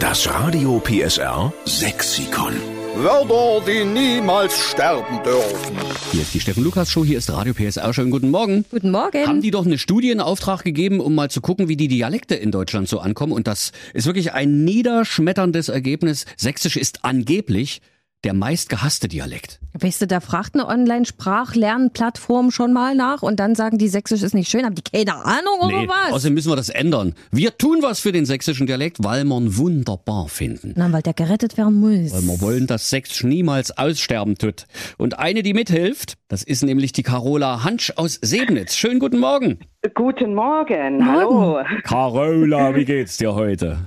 Das Radio PSR Sexikon. Wörter, die niemals sterben dürfen. Hier ist die Steffen Lukas Show, hier ist Radio PSR. Schönen guten Morgen. Guten Morgen. Haben die doch eine Studie in Auftrag gegeben, um mal zu gucken, wie die Dialekte in Deutschland so ankommen. Und das ist wirklich ein niederschmetterndes Ergebnis. Sächsisch ist angeblich der meistgehasste Dialekt. weißt du, da fragt eine Online-Sprachlernplattform schon mal nach und dann sagen die, Sächsisch ist nicht schön. Haben die keine Ahnung oder was? Außerdem müssen wir das ändern. Wir tun was für den sächsischen Dialekt, weil wir ihn wunderbar finden. Na, weil der gerettet werden muss. Weil wir wollen, dass Sächsisch niemals aussterben tut. Und eine, die mithilft, das ist nämlich die Carola Hansch aus Sebnitz. Schönen guten Morgen. Guten Morgen, hallo. Carola, wie geht's dir heute?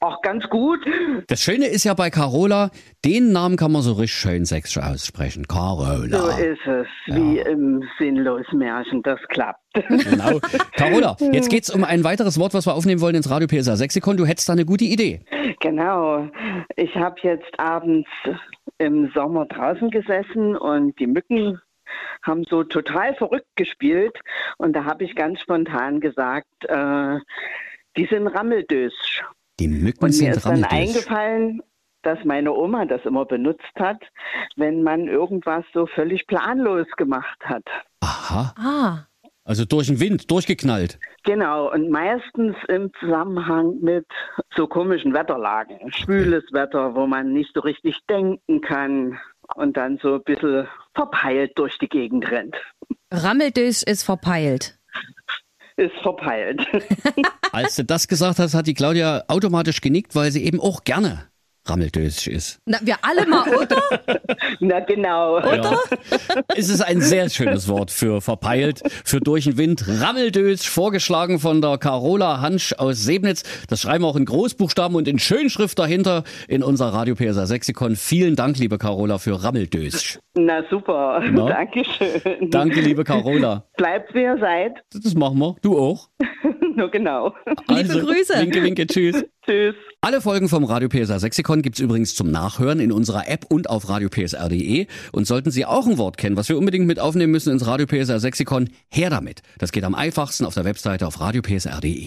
Auch ganz gut. Das Schöne ist ja bei Carola, den Namen kann man so richtig schön sächsisch aussprechen. So Carola. ist es, wie im sinnlosen Märchen, das klappt. Genau. Carola, jetzt geht's um ein weiteres Wort, was wir aufnehmen wollen ins Radio PSA Sexikon. Du hättest da eine gute Idee. genau. Ich habe jetzt abends im Sommer draußen gesessen und die Mücken haben so total verrückt gespielt. Und da habe ich ganz spontan gesagt, äh, die sind Rammeldösch. Die Mücken Und mir sind ist dann rammeldösch. eingefallen, dass meine Oma das immer benutzt hat, wenn man irgendwas so völlig planlos gemacht hat. Aha. Ah, Also durch den Wind, durchgeknallt. Genau, und meistens im Zusammenhang mit so komischen Wetterlagen. Schwüles Wetter, wo man nicht so richtig denken kann und dann so ein bisschen verpeilt durch die Gegend rennt. Rammeldösch ist verpeilt. Ist verpeilt. Als du das gesagt hast, hat die Claudia automatisch genickt, weil sie eben auch gerne rammeldösch ist. Na, wir alle mal, oder? Na genau. Ja. Es ist ein sehr schönes Wort für verpeilt, für durch den Wind. Rammeldösch, vorgeschlagen von der Carola Hansch aus Sebnitz. Das schreiben wir auch in Großbuchstaben und in Schönschrift dahinter in unser Radio PSA Sexikon. Vielen Dank, liebe Carola, für Rammeldösch. Na super. Na? Dankeschön. Danke, liebe Carola. Bleibt wie ihr seid. Das machen wir. Du auch. Also, Nur genau. Liebe Grüße. Winke, winke, tschüss. Tschüss. Alle Folgen vom Radio PSR Sexikon gibt's übrigens zum Nachhören in unserer App und auf radiopsr.de. E. Und sollten Sie auch ein Wort kennen, was wir unbedingt mit aufnehmen müssen ins Radio PSR Sexikon, her damit. Das geht am einfachsten auf der Webseite auf radiopsr.de.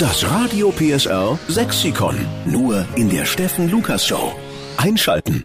Das Radio PSR Sexikon. Nur in der Steffen Lukas Show. Einschalten.